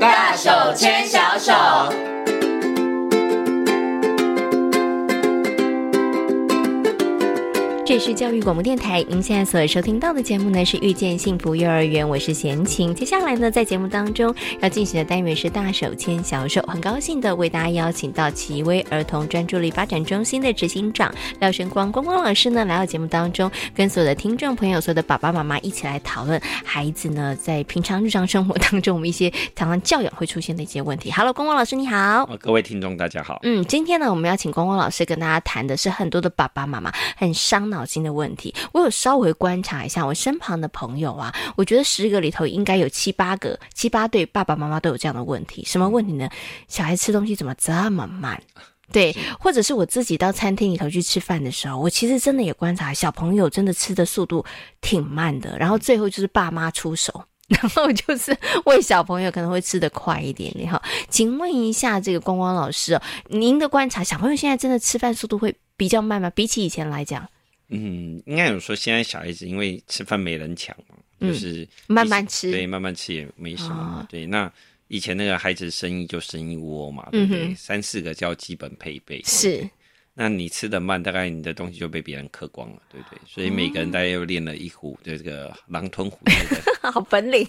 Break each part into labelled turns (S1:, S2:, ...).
S1: 大手牵小手。
S2: 这里是教育广播电台，您现在所收听到的节目呢是《遇见幸福幼儿园》，我是贤琴。接下来呢，在节目当中要进行的单元是“大手牵小手”，很高兴的为大家邀请到奇威儿童专注力发展中心的执行长廖神光光光老师呢来到节目当中，跟所有的听众朋友、所有的爸爸妈妈一起来讨论孩子呢在平常日常生活当中，我们一些常常教养会出现的一些问题。Hello，光光老师你好。
S3: 呃，各位听众大家好。
S2: 嗯，今天呢，我们要请光光老师跟大家谈的是很多的爸爸妈妈很伤脑筋的问题。我有稍微观察一下我身旁的朋友啊，我觉得十个里头应该有七八个、七八对爸爸妈妈都有这样的问题。什么问题呢？小孩吃东西怎么这么慢？对，或者是我自己到餐厅里头去吃饭的时候，我其实真的也观察小朋友真的吃的速度挺慢的，然后最后就是爸妈出手，然后就是 喂小朋友可能会吃的快一点点哈。请问一下，这个光光老师哦，您的观察，小朋友现在真的吃饭速度会比较慢吗？比起以前来讲，
S3: 嗯，应该有说现在小孩子因为吃饭没人抢嘛，
S2: 嗯
S3: 就是
S2: 慢慢
S3: 一
S2: 吃
S3: 对，慢慢吃也没什么。
S2: 啊
S3: 对，那以前那个孩子生一就生一窝嘛，对不对？
S2: 嗯哼
S3: 三四个叫基本配备。
S2: 是
S3: 那你吃的慢，大概你的东西就被别人嗑光了，对不对？所以每个人
S2: 哦
S3: 大概又练了一壶的这个狼吞虎咽 的。 啊
S2: 好本领，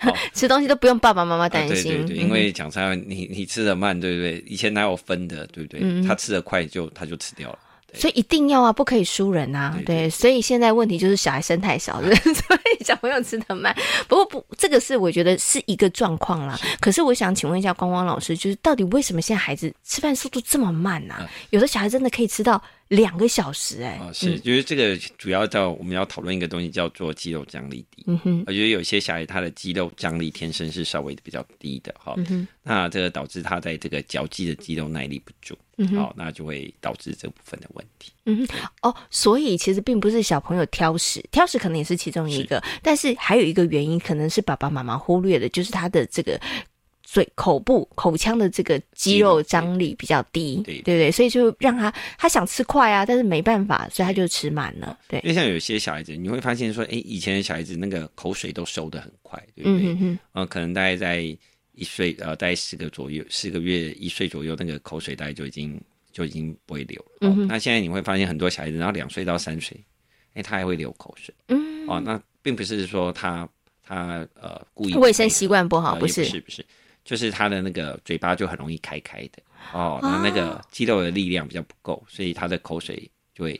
S3: 好
S2: 吃东西都不用爸爸妈妈担
S3: 对
S2: 心，嗯
S3: 对对，因为讲实话，你你吃的慢，对不对？以前哪有分的，对不对？
S2: 嗯
S3: 他吃的快就他就吃掉了。
S2: 所以一定要啊，不可以输人啊，
S3: 对
S2: 对
S3: 对啊
S2: 所以现在问题就是小孩生太少， 所以小朋友吃得慢。不过不，这个是我觉得是一个状况啦。可是我想请问一下光光老师，就是到底为什么现在孩子吃饭速度这么慢呢、啊？有的小孩真的可以吃到两个小时、哎、
S3: 啊、是，就是这个主要到我们要讨论一个东西叫做肌肉张力低。
S2: 嗯哼，
S3: 我觉得有些小孩他的肌肉张力天生是稍微比较低的哈，
S2: 嗯
S3: 那这个导致他在这个嚼肌的肌肉耐力不足，
S2: 嗯哼
S3: 好、那就会导致这部分的问题。
S2: 嗯哼，哦，所以其实并不是小朋友挑食，挑食可能也是其中一个，但是还有一个原因可能是爸爸妈妈忽略的，就是他的这个嘴、口部、口腔的这个肌
S3: 肌肉
S2: 肉张力比较低，
S3: 对
S2: 对对，所以就让他他想吃快啊，但是没办法，所以他就吃慢了，对
S3: 因，为像有些小孩子，你会发现说，哎，以前的小孩子那个口水都收的很快，对不
S2: 嗯
S3: 对？
S2: 哼哼，
S3: 呃，可能大概在一岁，呃，大概四个左右，四个月一岁左右，那个口水大概就已经就已经不会流了。哦
S2: 嗯哼
S3: 那现在你会发现很多小孩子，然后两岁到三岁，哎，他还会流口水。
S2: 嗯，
S3: 哦，那并不是说他他呃故意
S2: 嗯卫生习惯不
S3: 不
S2: 好，
S3: 呃、
S2: 不
S3: 也
S2: 是
S3: 不，是不是，就是他的那个嘴巴就很容易开开的。哦，那那个
S2: 啊
S3: 肌肉的力量比较不够，所以他的口水就会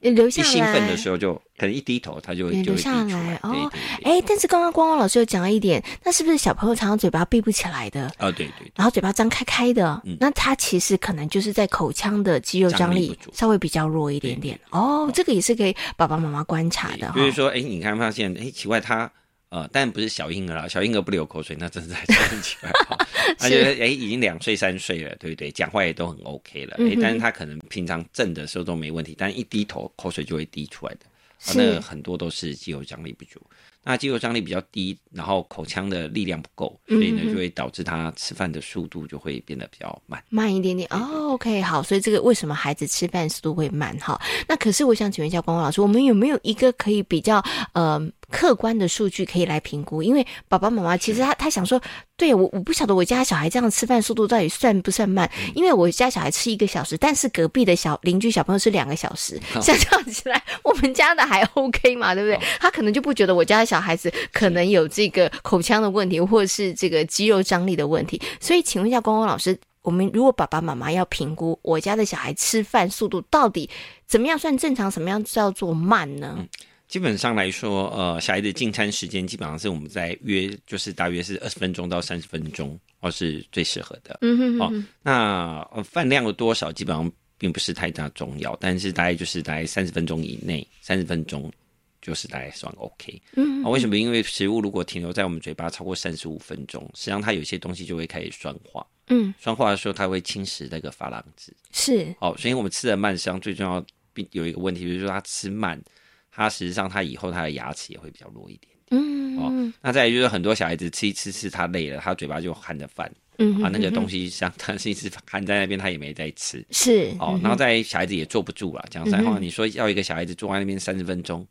S2: 留下
S3: 一
S2: 来。
S3: 兴奋的时候就可能一低头，他就会
S2: 嗯
S3: 就会
S2: 流
S3: 滴出
S2: 下来
S3: 来。对
S2: 哦
S3: 对对，
S2: 哎，但是刚刚光光老师有讲到一点，那是不是小朋友常常嘴巴闭不起来的？
S3: 哦对对
S2: 然后嘴巴张开开的，那它其实可能就是在口腔的肌肉张
S3: 嗯张力不
S2: 力
S3: 足
S2: 稍微比较弱一点点。哦，这个也是给爸爸妈妈观察的
S3: 对，
S2: 哈。
S3: 就是说，哎，你看发现，哎，奇怪，他呃，但不是小婴儿啦，小婴儿不流口水，那真的是很奇怪 哈。而且，哎，已经两岁三岁了，对不对？讲话也都很 OK 了，哎
S2: 嗯，哼
S3: 但是他可能平常正的时候都没问题，但一低头口水就会滴出来的，啊
S2: 是
S3: 那很多都是肌肉张力不足。那肌肉张力比较低，然后口腔的力量不够，所以
S2: 嗯
S3: 呢，就会导致他吃饭的速度就会变得比较慢。
S2: 慢一点点哦，OK，好，所以这个为什么孩子吃饭速度会慢哈？那可是我想请问一下光光老师，我们有没有一个可以比较呃客观的数据可以来评估？因为爸爸妈妈其实他他想说，对我我不晓得我家小孩这样吃饭速度到底算不算慢，因为我家小孩吃一个小时，但是隔壁的小邻居小朋友是两个小时，
S3: 哦
S2: 相较起来我们家的还 OK 嘛，对不对？他可能就不觉得我家的小孩子可能有这个口腔的问题，或者是这个肌肉张力的问题，所以请问一下光光老师。我们如果爸爸妈妈要评估我家的小孩吃饭速度到底怎么样算正常，什么样叫做慢呢？
S3: 基本上来说，呃，小孩的进餐时间基本上是我们在约，就是大约是二十分钟到三十分钟，哦，是最适合的。
S2: 嗯哼
S3: 哦，那呃饭量有多少基本上并不是太大重要，但是大概就是大概三十分钟以内，三十分钟就是大概算 OK。
S2: 嗯
S3: 啊、为什么？因为食物如果停留在我们嘴巴超过三十五分钟，实际上它有些东西就会开始酸化，
S2: 嗯，
S3: 酸化的时候它会侵蚀那个珐琅质。
S2: 是
S3: 哦，所以我们吃的慢，实际上最重要并有一个问题，就是说它吃慢，它实际上它以后它的牙齿也会比较弱一点。
S2: 嗯
S3: 哦
S2: 嗯
S3: 那再来就是很多小孩子吃一吃吃，他累了，他嘴巴就含着饭
S2: 嗯
S3: 啊，那个东西像 他是一直含在那边，他也没在吃。
S2: 是嗯
S3: 哦，然后再小孩子也坐不住了，讲实在话，你说要一个小孩子坐在那边三十分钟，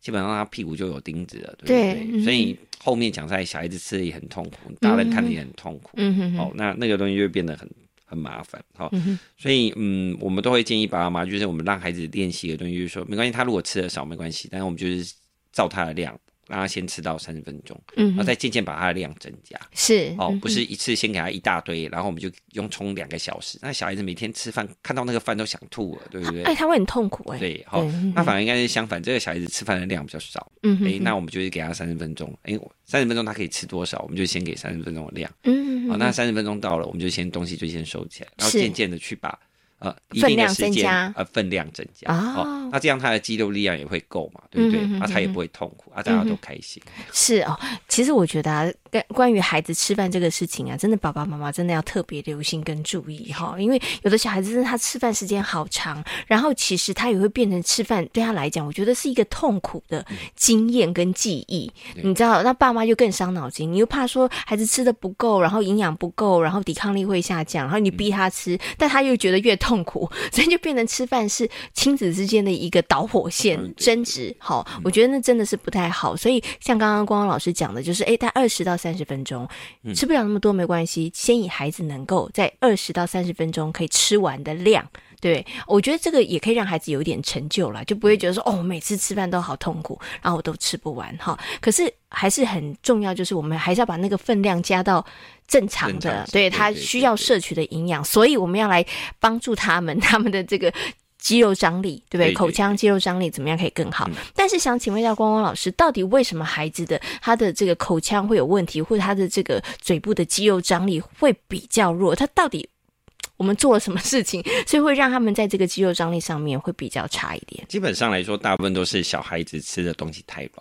S3: 基本上他屁股就有钉子了，对不
S2: 对
S3: 对？
S2: 嗯
S3: 所以后面讲出来，小孩子吃的也很痛苦，大人看的也很痛苦。
S2: 嗯哼哼，
S3: 哦，那那个东西就会变得很很麻烦。好、
S2: 嗯哼
S3: 所以嗯，我们都会建议爸爸妈妈，就是我们让孩子练习的东西，就是说没关系，他如果吃的少没关系，但是我们就是照他的量，让他先吃到三十分钟，
S2: 嗯
S3: 然后
S2: 哼，
S3: 再渐渐把他的量增加。
S2: 是
S3: 哦
S2: 嗯，
S3: 不是一次先给他一大堆，然后我们就用冲两个小时。那小孩子每天吃饭看到那个饭都想吐了，对不对？
S2: 哎，他会很痛苦哎，
S3: 对，好、
S2: 嗯
S3: 那反而应该是相反，这个小孩子吃饭的量比较少，
S2: 嗯哼
S3: 哎、
S2: 哼，
S3: 那我们就是给他三十分钟，哎、三十分钟他可以吃多少，我们就先给三十分钟的量。
S2: 嗯，
S3: 哦好、那三十分钟到了，我们就先东西就先收起来，然后
S2: 是
S3: 渐渐的去把呃一
S2: 分
S3: 定的
S2: 量
S3: 时
S2: 增
S3: 间
S2: 加
S3: 呃分量增加，
S2: 哦
S3: 哦，那这样他的肌肉力量也会够嘛，对不对？
S2: 嗯哼嗯
S3: 啊，他也不会痛苦，啊，大家都开心。
S2: 是哦，其实我觉得啊，关关于孩子吃饭这个事情啊，真的爸爸妈妈真的要特别留心跟注意哈、因为有的小孩子真的他吃饭时间好长，然后其实他也会变成吃饭对他来讲，我觉得是一个痛苦的经验跟记忆。你知道，那爸妈就更伤脑筋，你又怕说孩子吃的不够，然后营养不够，然后抵抗力会下降，然后你
S3: 嗯
S2: 逼他吃，但他又觉得越痛苦， 所以就变成吃饭是亲子之间的一个导火线
S3: 嗯对
S2: 争执。好，我觉得那真的是不太好。所以像刚刚光光老师讲的，就是诶，他二十到三十分钟
S3: 嗯
S2: 吃不了那么多没关系，先以孩子能够在二十到三十分钟可以吃完的量。对，我觉得这个也可以让孩子有一点成就啦，就
S3: 嗯
S2: 不会觉得说哦，每次吃饭都好痛苦，然啊后我都吃不完哈。可是还是很重要，就是我们还是要把那个分量加到正常的，
S3: 正常
S2: 对
S3: 对
S2: 他
S3: 对对
S2: 需要
S3: 对
S2: 摄取的营养，所以我们要来帮助他们 他们的这个。肌肉张力，对不对？
S3: 对对嗯
S2: 口腔肌肉张力怎么样可以更好？但是想请问一下光光老师，到底为什么孩子的他的这个口腔会有问题，或者他的这个嘴部的肌肉张力会比较弱？他到底我们做了什么事情，所以会让他们在这个肌肉张力上面会比较差一点？
S3: 基本上来说，大部分都是小孩子吃的东西太软。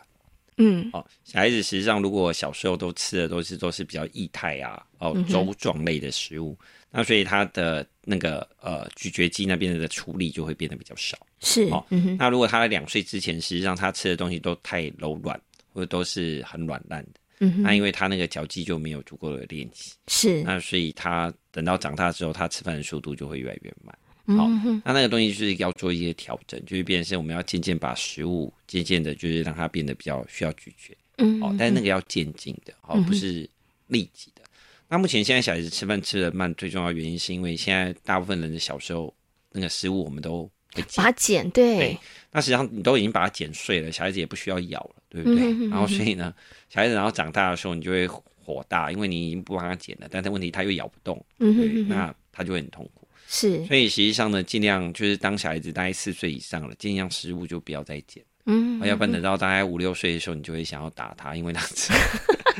S2: 嗯
S3: 哦，小孩子实际上如果小时候都吃的都是都是比较液态啊，哦
S2: 嗯哼
S3: 粥状类的食物，那所以他的那个呃咀嚼肌那边的处理就会变得比较少。
S2: 是，
S3: 哦
S2: 嗯哼，
S3: 那如果他在两岁之前，实际上他吃的东西都太柔软或者都是很软烂的，
S2: 嗯哼，
S3: 那因为他那个嚼肌就没有足够的练习，
S2: 是，
S3: 那所以他等到长大之后，他吃饭的速度就会越来越慢。好
S2: 嗯哼，
S3: 那那个东西就是要做一些调整，就是变成是我们要渐渐把食物渐渐的，就是让它变得比较需要咀嚼。
S2: 嗯
S3: 哦，但是那个要渐进的，哦，不是立即的。那目前现在小孩子吃饭吃的慢，最重要的原因是因为现在大部分人的小时候那个食物我们都会
S2: 把
S3: 剪，
S2: 它剪对
S3: 对，那实际上你都已经把它剪碎了，小孩子也不需要咬了，对不对？
S2: 嗯哼哼
S3: 然后所以呢，小孩子然后长大的时候你就会火大，因为你已经不帮他剪了，但是问题他又咬不动，
S2: 嗯
S3: 对，
S2: 哼哼哼，
S3: 那他就会很痛苦。
S2: 是，
S3: 所以实际上呢，尽量就是当小孩子大概四岁以上了，尽量食物就不要再剪。
S2: 嗯，
S3: 哦要不然等到大概五六岁的时候，你就会想要打他，因为他吃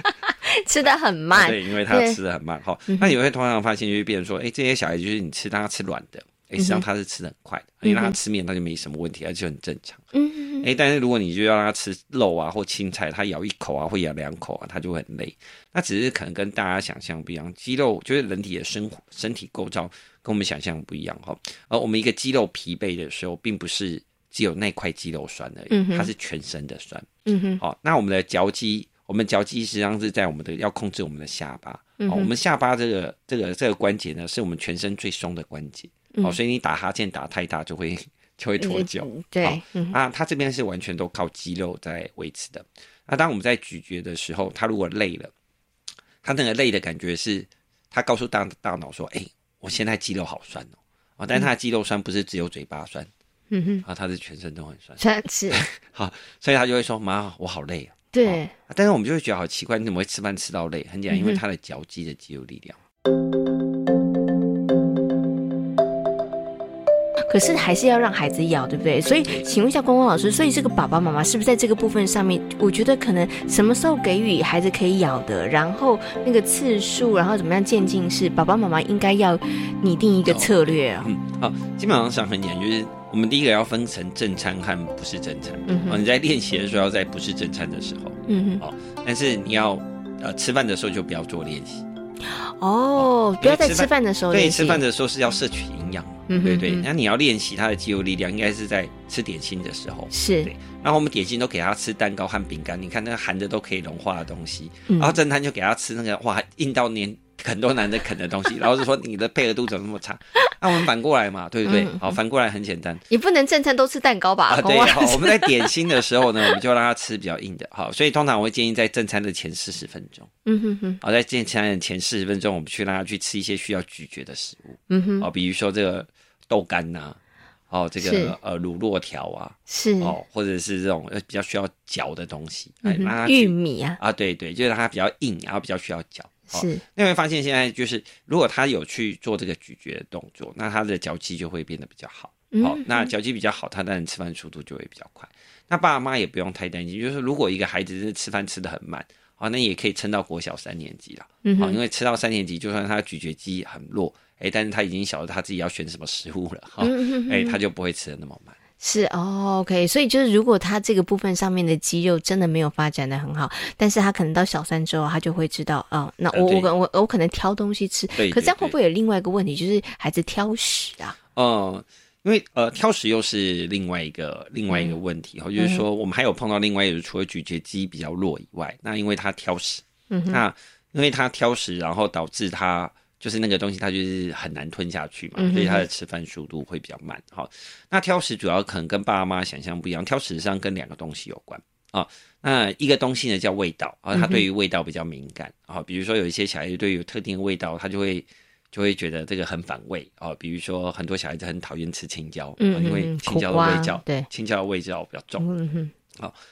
S2: 吃的很慢，
S3: 哦
S2: 嗯
S3: 对，因为他吃的很慢哈。那你会通常发现，就是变成说，哎、这些小孩就是你吃让他吃软
S2: 嗯
S3: 的，哎、实际上他是吃的很快的，你让他吃面，他就没什么问题，而且很正常。
S2: 嗯
S3: 哎、但是如果你就要让他吃肉啊或青菜，他咬一口啊或咬两口啊，他就会很累。那只是可能跟大家想象不一样，肌肉就是人体的生活身体构造跟我们想象不一样哈。而我们一个肌肉疲惫的时候，并不是只有那块肌肉酸而
S2: 嗯
S3: 已，
S2: 哼
S3: 它是全身的酸。
S2: 嗯哼，
S3: 好、哦那我们的嚼肌，我们嚼肌实际上是在我们的要控制我们的下巴。
S2: 嗯
S3: 哦，我们下巴这个这个这个关节呢，是我们全身最松的关节。哦，所以你打哈欠打太大就会就会脱臼。
S2: 嗯对
S3: 好，啊，它这边是完全都靠肌肉在维持的。那当我们在咀嚼的时候，它如果累了，它那个累的感觉是，它告诉大大脑说：“哎、我现在肌肉好酸哦。”哦，但是它的肌肉酸不是只有嘴巴酸，
S2: 嗯哼，
S3: 啊，它是全身都很酸，
S2: 算 是，
S3: 所以它就会说：“妈，我好累啊。”
S2: 对，
S3: 啊但是我们就会觉得好奇怪，你怎么会吃饭吃到累？很简单，因为
S2: 嗯哼
S3: 他的嚼肌的肌肉力量。
S2: 可是还是要让孩子咬，对不对？所以，请问一下光光老师，所以这个爸爸妈妈是不是在这个部分上面，我觉得可能什么时候给予孩子可以咬的，然后那个次数，然后怎么样渐进式，爸爸妈妈应该要拟定一个策略哦。
S3: 嗯，好，基本上上很简单，就是我们第一个要分成正餐和不是正餐。
S2: 嗯
S3: 哦，
S2: 哼，
S3: 你在练习的时候要在不是正餐的时候，
S2: 嗯
S3: 但是你要呃吃饭的时候就不要做练习。
S2: 哼，哦，不要在吃饭的时候
S3: 对，
S2: 练习
S3: 吃饭的时候是要摄取营养嘛，
S2: 嗯哼
S3: 对不对？
S2: 嗯
S3: 那你要练习他的肌肉力量，应该是在吃点心的时候。
S2: 是
S3: 对，然后我们点心都给他吃蛋糕和饼干，你看那个含着都可以融化的东西，
S2: 嗯
S3: 然后正餐就给他吃那个哇硬到黏很多男人啃的东西，然后就说你的配合度怎么那么差？ 那、我们反过来嘛，对不
S2: 嗯
S3: 对？好，反过来很简单。
S2: 也不能正餐都吃蛋糕吧？
S3: 啊，
S2: 公
S3: 对，
S2: 公
S3: 好，我们 在点心的时候呢，我们就让他吃比较硬的，好，所以通常我会建议在正餐的前四十分钟，
S2: 嗯哼哼，
S3: 好，在正餐的前四十分钟，我们去让他去吃一些需要咀嚼的食物，
S2: 嗯哼，
S3: 哦，比如说这个豆干呐、哦，这
S2: 是
S3: 个呃乳酪条啊，
S2: 是、
S3: 哦，或者是这种呃比较需要嚼的东西，哎，
S2: 嗯嗯
S3: 让他
S2: 哼，
S3: 去
S2: 玉米啊，
S3: 啊，对对，就是让它比较硬，然后比较需要嚼，哦
S2: 是
S3: 那会发现现在就是，如果他有去做这个咀嚼的动作，那他的嚼肌就会变得比较好。好、
S2: 嗯
S3: 那嚼肌比较好，他当然吃饭速度就会比较快。那爸妈也不用太担心，就是如果一个孩子是吃饭吃的很慢，好、那也可以撑到国小三年级了。哦
S2: 嗯
S3: 好、因
S2: 哼，
S3: 为吃到三年级，就算他咀嚼肌很弱，哎，但是他已经晓得他自己要选什么食物了，哈、
S2: 嗯哼
S3: 哎，他就不会吃的那么慢。
S2: 是哦，OK，所以就是如果他这个部分上面的肌肉真的没有发展的很好，但是他可能到小三之后，他就会知道啊、那我、
S3: 呃对
S2: 我可我我可能挑东西吃，
S3: 对
S2: 可这样
S3: 对
S2: 会不会有另外一个问题，就是孩子挑食啊？
S3: 嗯，因为呃，挑食又是另外一个另外一
S2: 嗯
S3: 个问题哈、就是说我们还有碰到另外一个，除了咀嚼肌比较弱以外，那因为他挑食，
S2: 嗯哼，
S3: 那因为他挑食，然后导致他就是那个东西，他就是很难吞下去嘛，
S2: 嗯哼
S3: 所以他的吃饭速度会比较慢。好，那挑食主要可能跟爸妈想象不一样，挑食实际上跟两个东西有关啊。那一个东西呢叫味道，
S2: 嗯
S3: 啊，他对于味道比较敏感啊，比如说有一些小孩子对于特定的味道，他就会。就会觉得这个很反胃啊，比如说很多小孩子很讨厌吃青椒，啊
S2: 嗯
S3: 因为
S2: 嗯
S3: 青椒
S2: 苦
S3: 的
S2: 瓜
S3: 味道，
S2: 对
S3: 青椒的味道比较重。
S2: 嗯哼，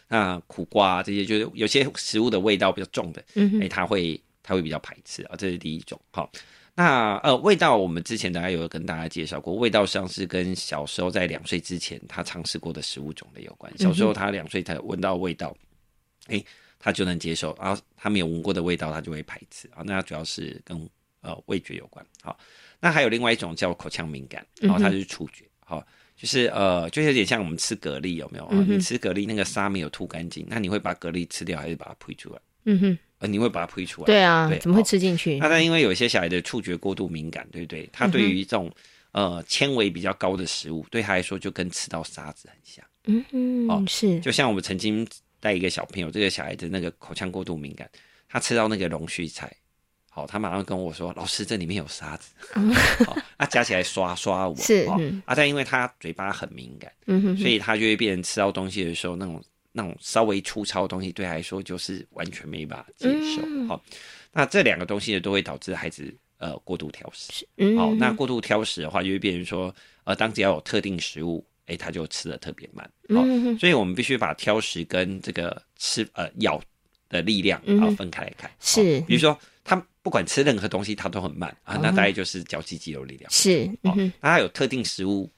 S3: 那苦瓜、这些就是有些食物的味道比较重的，
S2: 嗯哼
S3: 哎、他会他会比较排斥啊，这是第一种。好，那呃，味道我们之前大概有跟大家介绍过，味道上是跟小时候在两岁之前他尝试过的食物种类有关。小时
S2: 嗯
S3: 候他两岁才闻到味道，哎、他就能接受，然后他没有闻过的味道，他就会排斥啊。那主要是跟呃味觉有关。好，那还有另外一种叫口腔敏感，
S2: 嗯
S3: 然后它就是触觉。好、就是呃，就是有点像我们吃蛤蜊有没有？
S2: 嗯哼
S3: 你吃蛤蜊那个沙没有吐干净，那你会把蛤蜊吃掉还是把它吐出来？
S2: 嗯哼，
S3: 呃，你会把它吐出来。
S2: 对啊，
S3: 对
S2: 怎么会
S3: 好
S2: 吃进去？
S3: 那但因为有一些小孩的触觉过度敏感，对不对？他
S2: 嗯
S3: 对于这种、呃纤维比较高的食物，对他来说就跟吃到沙子很像。
S2: 嗯哼，
S3: 哦
S2: 是，
S3: 就像我们曾经带一个小朋友，这个小孩子那个口腔过度敏感，他吃到那个龙须菜，好，他马上跟我说：“老师，这里面有沙子。好，那夹起来刷刷我。
S2: 嗯是
S3: 哦
S2: 嗯
S3: 啊，但因为他嘴巴很敏感，
S2: 嗯哼，
S3: 所以他就会变成吃到东西的时候那种那种稍微粗糙的东西，对他来说就是完全没办法接受。好、
S2: 嗯
S3: 那这两个东西呢，都会导致孩子呃过度挑食。
S2: 嗯
S3: 好、那
S2: 哼
S3: 过度挑食的话，就会变成说，呃，当只要有特定食物，哎、他就吃的特别慢。好、
S2: 嗯哼
S3: 所以我们必须把挑食跟这个吃呃咬的力量
S2: 嗯
S3: 啊
S2: 哼
S3: 分开来看。好
S2: 是
S3: 比如说他不管吃任何东西，他都很慢啊，那
S2: 哦
S3: 大概就是嚼肌肌肉力量。
S2: 是，嗯
S3: 哦
S2: 哼，，
S3: 那他有特定食物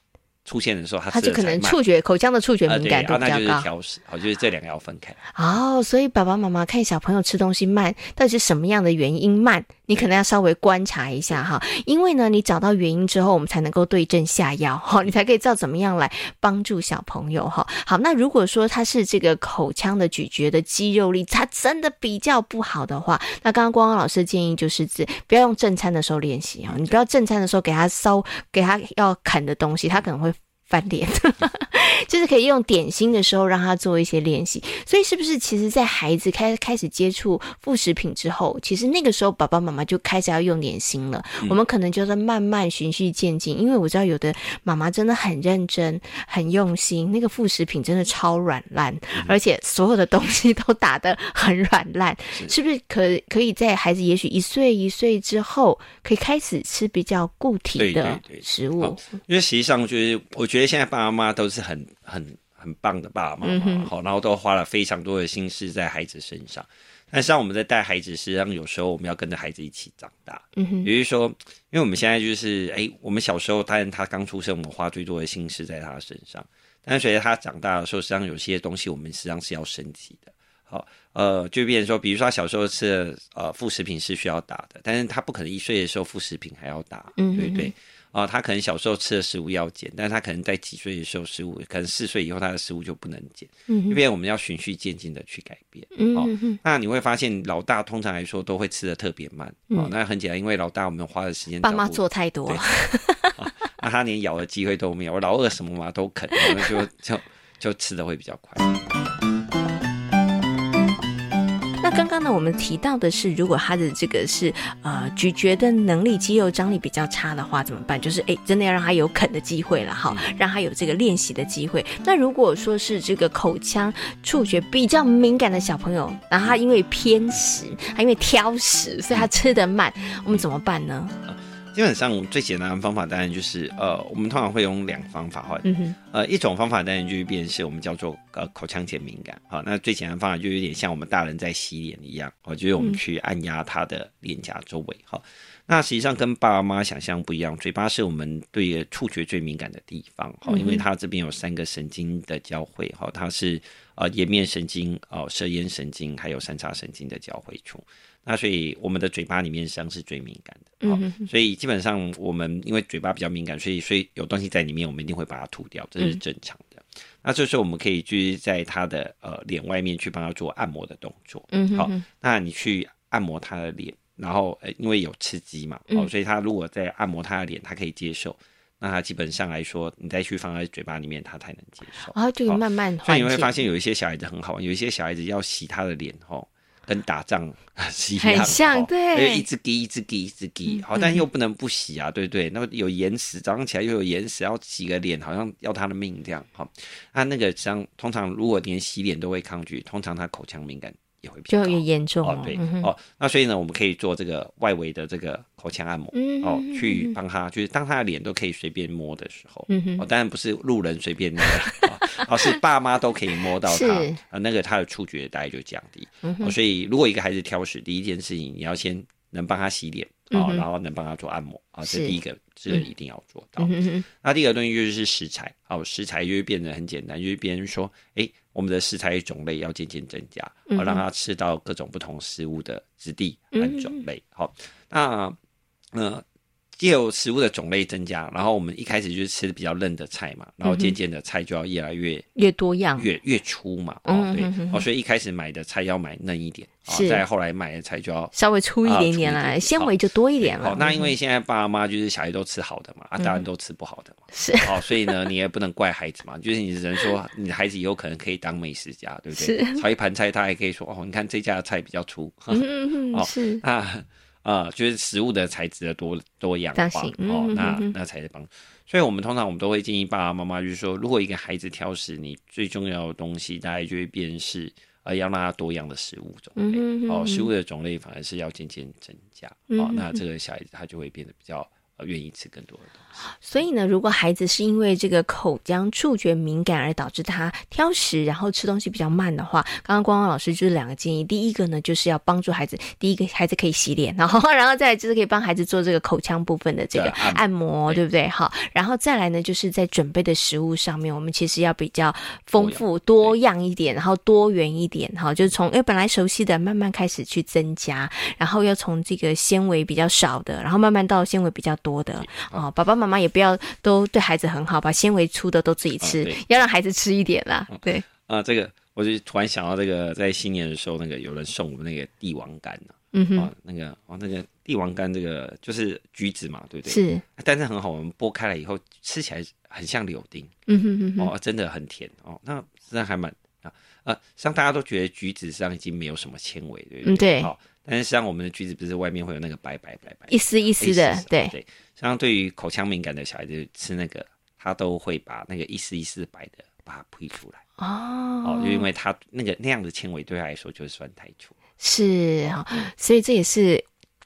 S3: 出现的时候，他
S2: 他
S3: 吃
S2: 就
S3: 的
S2: 可
S3: 才
S2: 能
S3: 慢
S2: 触觉、口腔的触觉
S3: 啊，
S2: 敏
S3: 对，
S2: 感
S3: 啊
S2: 度比
S3: 那就是
S2: 较高。
S3: 挑食，好，就是这两个要分开。
S2: 哦，所以爸爸妈妈看小朋友吃东西慢，到底是什么样的原因慢，你可能要稍微观察一下哈，因为呢，你找到原因之后，我们才能够对症下药哈，你才可以知道怎么样来帮助小朋友哈。好，那如果说他是这个口腔的咀嚼的肌肉力，他真的比较不好的话，那刚刚光光老师的建议就是这，不要用正餐的时候练习哈，你不要正餐的时候给他烧，给他要啃的东西，他可能会翻脸。就是可以用点心的时候让他做一些练习。所以是不是其实，在孩子开开始接触副食品之后，其实那个时候爸爸妈妈就开始要用点心了。
S3: 嗯
S2: 我们可能就是慢慢循序渐进，因为我知道有的妈妈真的很认真、很用心，那个副食品真的超软烂，
S3: 嗯
S2: 而且所有的东西都打得很软烂。是不是可可以在孩子也许一岁一岁之后，可以开始吃比较固体
S3: 对
S2: 的
S3: 对对
S2: 食物
S3: 好？因为实际上就是，我觉得现在爸爸妈妈都是很很很棒的爸爸妈妈，好、然后都花了非常多的心思在孩子身上。但是，让我们在带孩子，实际上有时候我们要跟着孩子一起长大。
S2: 嗯哼，
S3: 也就是说，因为我们现在就是，哎、我们小时候，当然他刚出生，我们花最多的心思在他身上。但是随着他长大的时候，实际上有些东西我们实际上是要升级的。好，呃，就变成说，比如说他小时候吃的呃副食品是需要打的，但是他不可能一岁的时候副食品还要打，
S2: 嗯
S3: 对
S2: 嗯
S3: 不对？啊、他可能小时候吃的食物要减，但是他可能在几岁的时候食物，可能四岁以后他的食物就不能减。
S2: 嗯
S3: 这
S2: 哼，
S3: 边我们要循序渐进的去改变。
S2: 嗯
S3: 好
S2: 哼哼，
S3: 那你会发现，老大通常来说都会吃的特别慢、哦。那很简单，因为老大我们花的时间
S2: 嗯爸
S3: 照
S2: 妈
S3: 顾
S2: 做太多
S3: 对哦
S2: 了。
S3: 那他连咬的机会都没有。我老二什么嘛都啃，我们 就就就吃的会比较快。
S2: 那刚刚刚呢，我们提到的是，如果他的这个是呃咀嚼的能力、肌肉张力比较差的话，怎么办？就是哎，真的要让他有啃的机会了哈，
S3: 嗯
S2: 让他有这个练习的机会。那如果说是这个口腔触觉比较敏感的小朋友，然后他因为偏食，他因为挑食，所以他吃得慢，
S3: 嗯
S2: 我们怎么办呢？
S3: 基本上最简单的方法当然就是，呃，我们通常会用两方法哈，
S2: 嗯哼，
S3: 呃，一种方法当然就是变成是我们叫做呃口腔减敏感，好、那最简单的方法就有点像我们大人在洗脸一样，哦，就是我们去按压他的脸颊周围，好、那实际上跟爸妈想象不一样，嘴巴是我们对触觉最敏感的地方，哈、因为它这边有三个神经的交汇，哈、它是呃颜面神经、哦舌咽神经还有三叉神经的交汇处，那所以我们的嘴巴里面实际上是最敏感
S2: 嗯
S3: 的，好、所以基本上我们因为嘴巴比较敏感，所以所以有东西在里面，我们一定会把它吐掉，这
S2: 嗯
S3: 是正常的。那这时候我们可以就是在他的呃脸外面去帮他做按摩的动作，
S2: 嗯哼
S3: 好、那你去按摩他的脸，然后、呃、因为有刺激嘛，
S2: 嗯
S3: 哦，所以他如果在按摩他的脸，他可以接受，那他基本上来说，你再去放在嘴巴里面，他才能接受。
S2: 然后就慢慢
S3: 所以
S2: 哦缓
S3: 你会发
S2: 解，
S3: 现有一些小孩子很好玩，有一些小孩子要洗他的脸哦，跟打仗 是一样
S2: 很
S3: 的，
S2: 像
S3: 哦
S2: 对嗯
S3: 就一直滴一直滴一直滴，好、但又不能不洗啊，对不对？那么有眼屎，早上起来又有眼屎，要洗个脸，好像要他的命这样，好、他那个像通常如果连洗脸都会抗拒，通常他口腔敏感也会比较
S2: 就有
S3: 高。
S2: 点严重
S3: 哦，对、
S2: 嗯哼
S3: 哦，那所以呢，我们可以做这个外围的这个口腔按摩，
S2: 嗯
S3: 哦
S2: 嗯，
S3: 去帮他，就是当他的脸都可以随便摸的时候，
S2: 嗯哼
S3: 哦，当然不是路人随便摸了， 哦，哦是爸妈都可以摸到他
S2: 是，
S3: 呃，那个他的触觉大概就降低、
S2: 嗯
S3: 哦，所以如果一个孩子挑食，第一件事情你要先能帮他洗脸。
S2: 嗯
S3: 哦，
S2: 哼
S3: 然后能帮他做按摩啊，这
S2: 是
S3: 第一个，这个一定要做到。
S2: 嗯哼嗯
S3: 那第二个东西就是食材，哦，食材就会变得很简单，就是别人说，哎，我们的食材种类要渐渐增加，
S2: 嗯
S3: 好、
S2: 哼嗯
S3: 让他吃到各种不同食物的质地和种类。好、那呃，借由食物的种类增加，然后我们一开始就是吃比较嫩的菜嘛，
S2: 嗯
S3: 然后渐渐的菜就要越来越
S2: 越多样，
S3: 越越粗嘛，
S2: 啊嗯
S3: 哦，对
S2: 嗯嗯，
S3: 哦，所以一开始买的菜要买嫩一点，哦
S2: 是，
S3: 再后来买的菜就要
S2: 稍微粗一
S3: 啊
S2: 点
S3: 粗
S2: 点
S3: 一
S2: 啦，
S3: 点
S2: 纤
S3: 好
S2: 维就多一点嗯了
S3: 好，。那因为现在爸妈就是小孩都吃好的嘛，啊，大人都吃不好的嘛，
S2: 是
S3: 哦，所以呢，你也不能怪孩子嘛，就是你只能说你的孩子以后可能可以当美食家，对不对？炒一盘菜，他还可以说哦，你看这家的菜比较粗，
S2: 嗯嗯嗯
S3: 哦
S2: 是
S3: 啊啊，就是食物的材质的多多样
S2: 当
S3: 化
S2: 行
S3: 哦
S2: 嗯，
S3: 那
S2: 嗯嗯
S3: 那才是帮。所以我们通常我们都会建议爸爸妈妈，就是说，如果一个孩子挑食，你最重要的东西大概就会变是呃，要让他多样的食物种类、
S2: 嗯哼
S3: 哦，
S2: 嗯
S3: 食物的种类反而是要渐渐增加、哦，那这个小孩子他就会变得比较呃愿意吃更多的东西。
S2: 所以呢，如果孩子是因为这个口腔触觉敏感而导致他挑食，然后吃东西比较慢的话，刚刚光光老师就是两个建议。第一个呢，就是要帮助孩子，第一个孩子可以洗脸，然后 然后再来就是可以帮孩子做这个口腔部分的这个
S3: 对按摩
S2: 按摩，
S3: 对
S2: 对不对？好，然后再来呢，就是在准备的食物上面，我们其实要比较丰富、多样一点，然后多元一点，哈，就是从因为本来熟悉的慢慢开始去增加，然后要从这个纤维比较少的，然后慢慢到纤维比较多的。哦，爸爸妈妈也不要都对孩子很好，把纤维粗的都自己吃，
S3: 啊对
S2: 要让孩子吃一点啦。对，
S3: 啊、这个我就突然想到，这个在新年的时候，那个有人送我们那个帝王柑呢、
S2: 嗯哼，
S3: 啊，那个哦，那个帝王柑这个就是橘子嘛，对不对？
S2: 是，
S3: 但是很好，我们剥开来以后吃起来很像柳丁
S2: 嗯哼哼哼，
S3: 哦，真的很甜哦。那真的还蛮啊呃，实际上大家都觉得橘子实际上已经没有什么纤维，对不对？
S2: 嗯对
S3: 哦，但是实际上我们的橘子不是外面会有那个白白白白
S2: 一丝一丝的
S3: 类似，
S2: 对，
S3: 对。实际上对于口腔敏感的小孩子吃那个，他都会把那个一丝一丝白的把它呸出来
S2: 哦
S3: 哦，就因为他那个那样的纤维对他来说就是算太粗。
S2: 是哈，所以这也是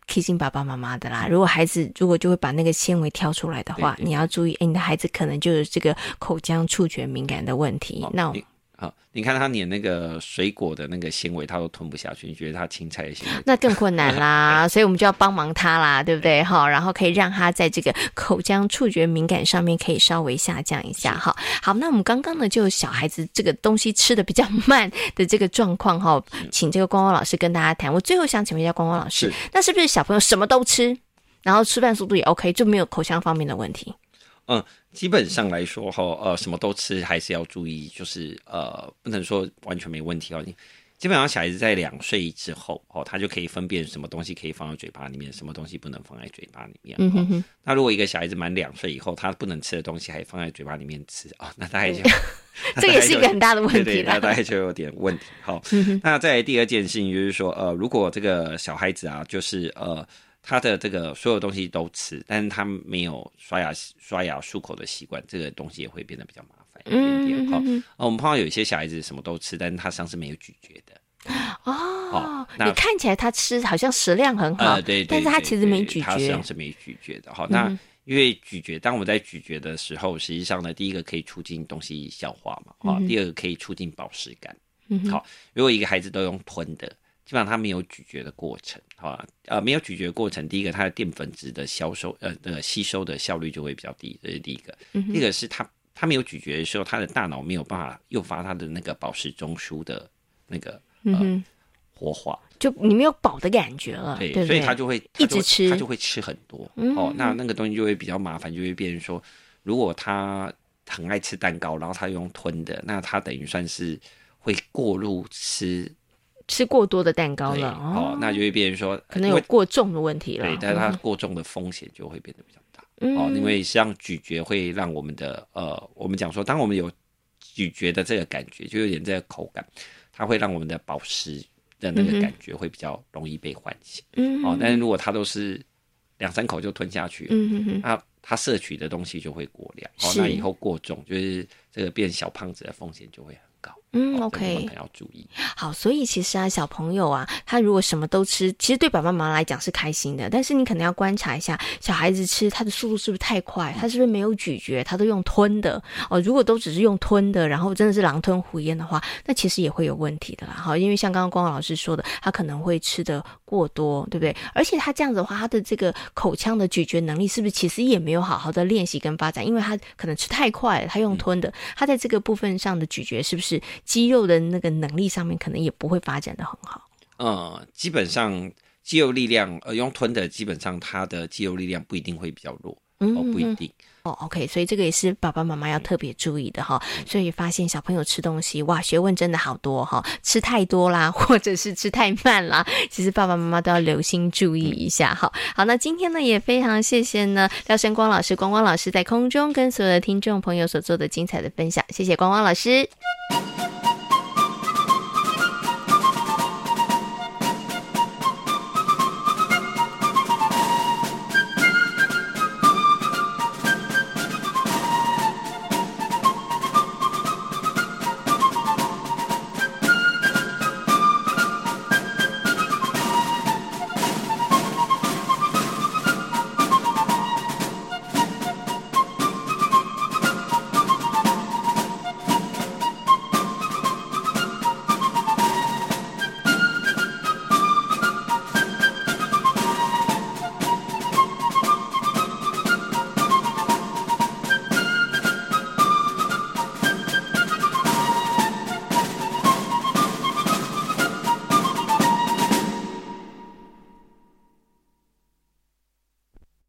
S2: 提醒爸爸妈妈的啦。如果孩子如果就会把那个纤维挑出来的话，
S3: 嗯对对
S2: 你要注意，哎，你的孩子可能就是这个口腔触觉敏感的问题。
S3: 哦
S2: 那我
S3: 你啊、你看他连那个水果的那个纤维他都吞不下去，你觉得他青菜的纤维？
S2: 那更困难啦， 所以我们就要帮忙他啦，对不对？哈，然后可以让他在这个口腔触觉敏感上面可以稍微下降一下哈。好，那我们刚刚呢，就有小孩子这个东西吃的比较慢的这个状况哈，请这个光光老师跟大家谈。我最后想请问一下光光老师
S3: 嗯是，
S2: 那是不是小朋友什么都吃，然后吃饭速度也 OK，就没有口腔方面的问 题？
S3: 嗯，基本上来说哈，呃，什么都吃还是要注意，就是呃，不能说完全没问题哦。你基本上小孩子在两岁之后哦，他就可以分辨什么东西可以放在嘴巴里面，什么东西不能放在嘴巴里面。
S2: 嗯
S3: 哦
S2: 哼哼，
S3: 那如果一个小孩子满两岁以后，他不能吃的东西还放在嘴巴里面吃哦，那大概就那大概就
S2: 这也是一个很大的问
S3: 对
S2: 题
S3: 对，那
S2: 啦。嗯
S3: 大概就有点问题。好，那再来第二件事情就是说，呃，如果这个小孩子啊，就是呃，他的这个所有东西都吃，但是他没有刷牙、刷牙、漱口的习惯，这个东西也会变得比较麻烦一点点。
S2: 嗯
S3: 好、
S2: 哼哼
S3: 呃我们碰到有一些小孩子什么都吃，但是他上是没有咀嚼的。
S2: 哦
S3: 好，那
S2: 你看起来他吃好像食量很好
S3: 呃，，对，对
S2: 但是他
S3: 对
S2: 其实
S3: 对
S2: 没咀
S3: 他实际
S2: 嚼嗯
S3: 上。是没咀嚼的。好，那因为咀嚼，当我在咀嚼的时候，实际上呢，第一个可以促进东西消化嘛，啊、第二个可以促进饱食感。
S2: 嗯哼
S3: 好，如果一个孩子都用吞的，基本上他没有咀嚼的过程，好吧？呃，没有咀嚼的过程，第一个他的淀粉质的消收，呃，那个吸收的效率就会比较低，这是第一个。
S2: 嗯
S3: 第二个是他他没有咀嚼的时候，他的大脑没有办法诱发他的那个饱食中枢的那个
S2: 嗯
S3: 呃
S2: 哼，
S3: 活化，
S2: 就你没有饱的感觉了，
S3: 对，
S2: 啊不对？
S3: 所以他就会他
S2: 一
S3: 就会
S2: 直吃嗯
S3: 他就会吃很多、哦，那那个东西就会比较麻烦，就会变成说，如果他很爱吃蛋糕，然后他用吞的，那他等于算是会过度吃
S2: 吃过多的蛋糕
S3: 对
S2: 了，
S3: 哦，那就会变成说
S2: 可能
S3: 因
S2: 有
S3: 为
S2: 过重的问题了。
S3: 对，但是它过重的风险就会变得比较大、
S2: 嗯
S3: 哦，因为实际上咀嚼会让我们的呃，我们讲说，当我们有咀嚼的这个感觉，就有点这个口感，它会让我们的保湿的那个感觉会比较容易被唤醒、
S2: 嗯
S3: 哦。但是如果它都是两三口就吞下去了，
S2: 嗯哼哼，
S3: 那它摄取的东西就会过量，哦，
S2: 是
S3: 那以后过重就是这个变小胖子的风险就会很高。哦这个
S2: 嗯
S3: 我
S2: ，OK
S3: 们可能要注意。
S2: 好，所以其实啊，小朋友啊，他如果什么都吃，其实对爸爸妈妈来讲是开心的，但是你可能要观察一下，小孩子吃他的速度是不是太快，他是不是没有咀嚼，他都用吞的哦。如果都只是用吞的，然后真的是狼吞虎咽的话，那其实也会有问题的啦。好，因为像刚刚光华老师说的，他可能会吃的过多，对不对？而且他这样子的话，他的这个口腔的咀嚼能力是不是其实也没有好好的练习跟发展？因为他可能吃太快了，他用吞的，他在这个部分上的咀嚼是不是肌肉的那个能力上面可能也不会发展的很好？
S3: 呃，基本上肌肉力量，呃，用吞的，基本上它的肌肉力量不一定会比较弱，哦，不一嗯定。
S2: 哦，OK，所以这个也是爸爸妈妈要特别注意的哈。
S3: 嗯
S2: 所以发现小朋友吃东西，哇，学问真的好多哈，吃太多啦， 或者是吃太慢啦，其实爸爸妈妈都要留心注意
S3: 嗯
S2: 一下哈。好，那今天呢也非常谢谢呢廖生光老师、光光老师在空中跟所有的听众朋友所做的精彩的分享，谢谢光光老师。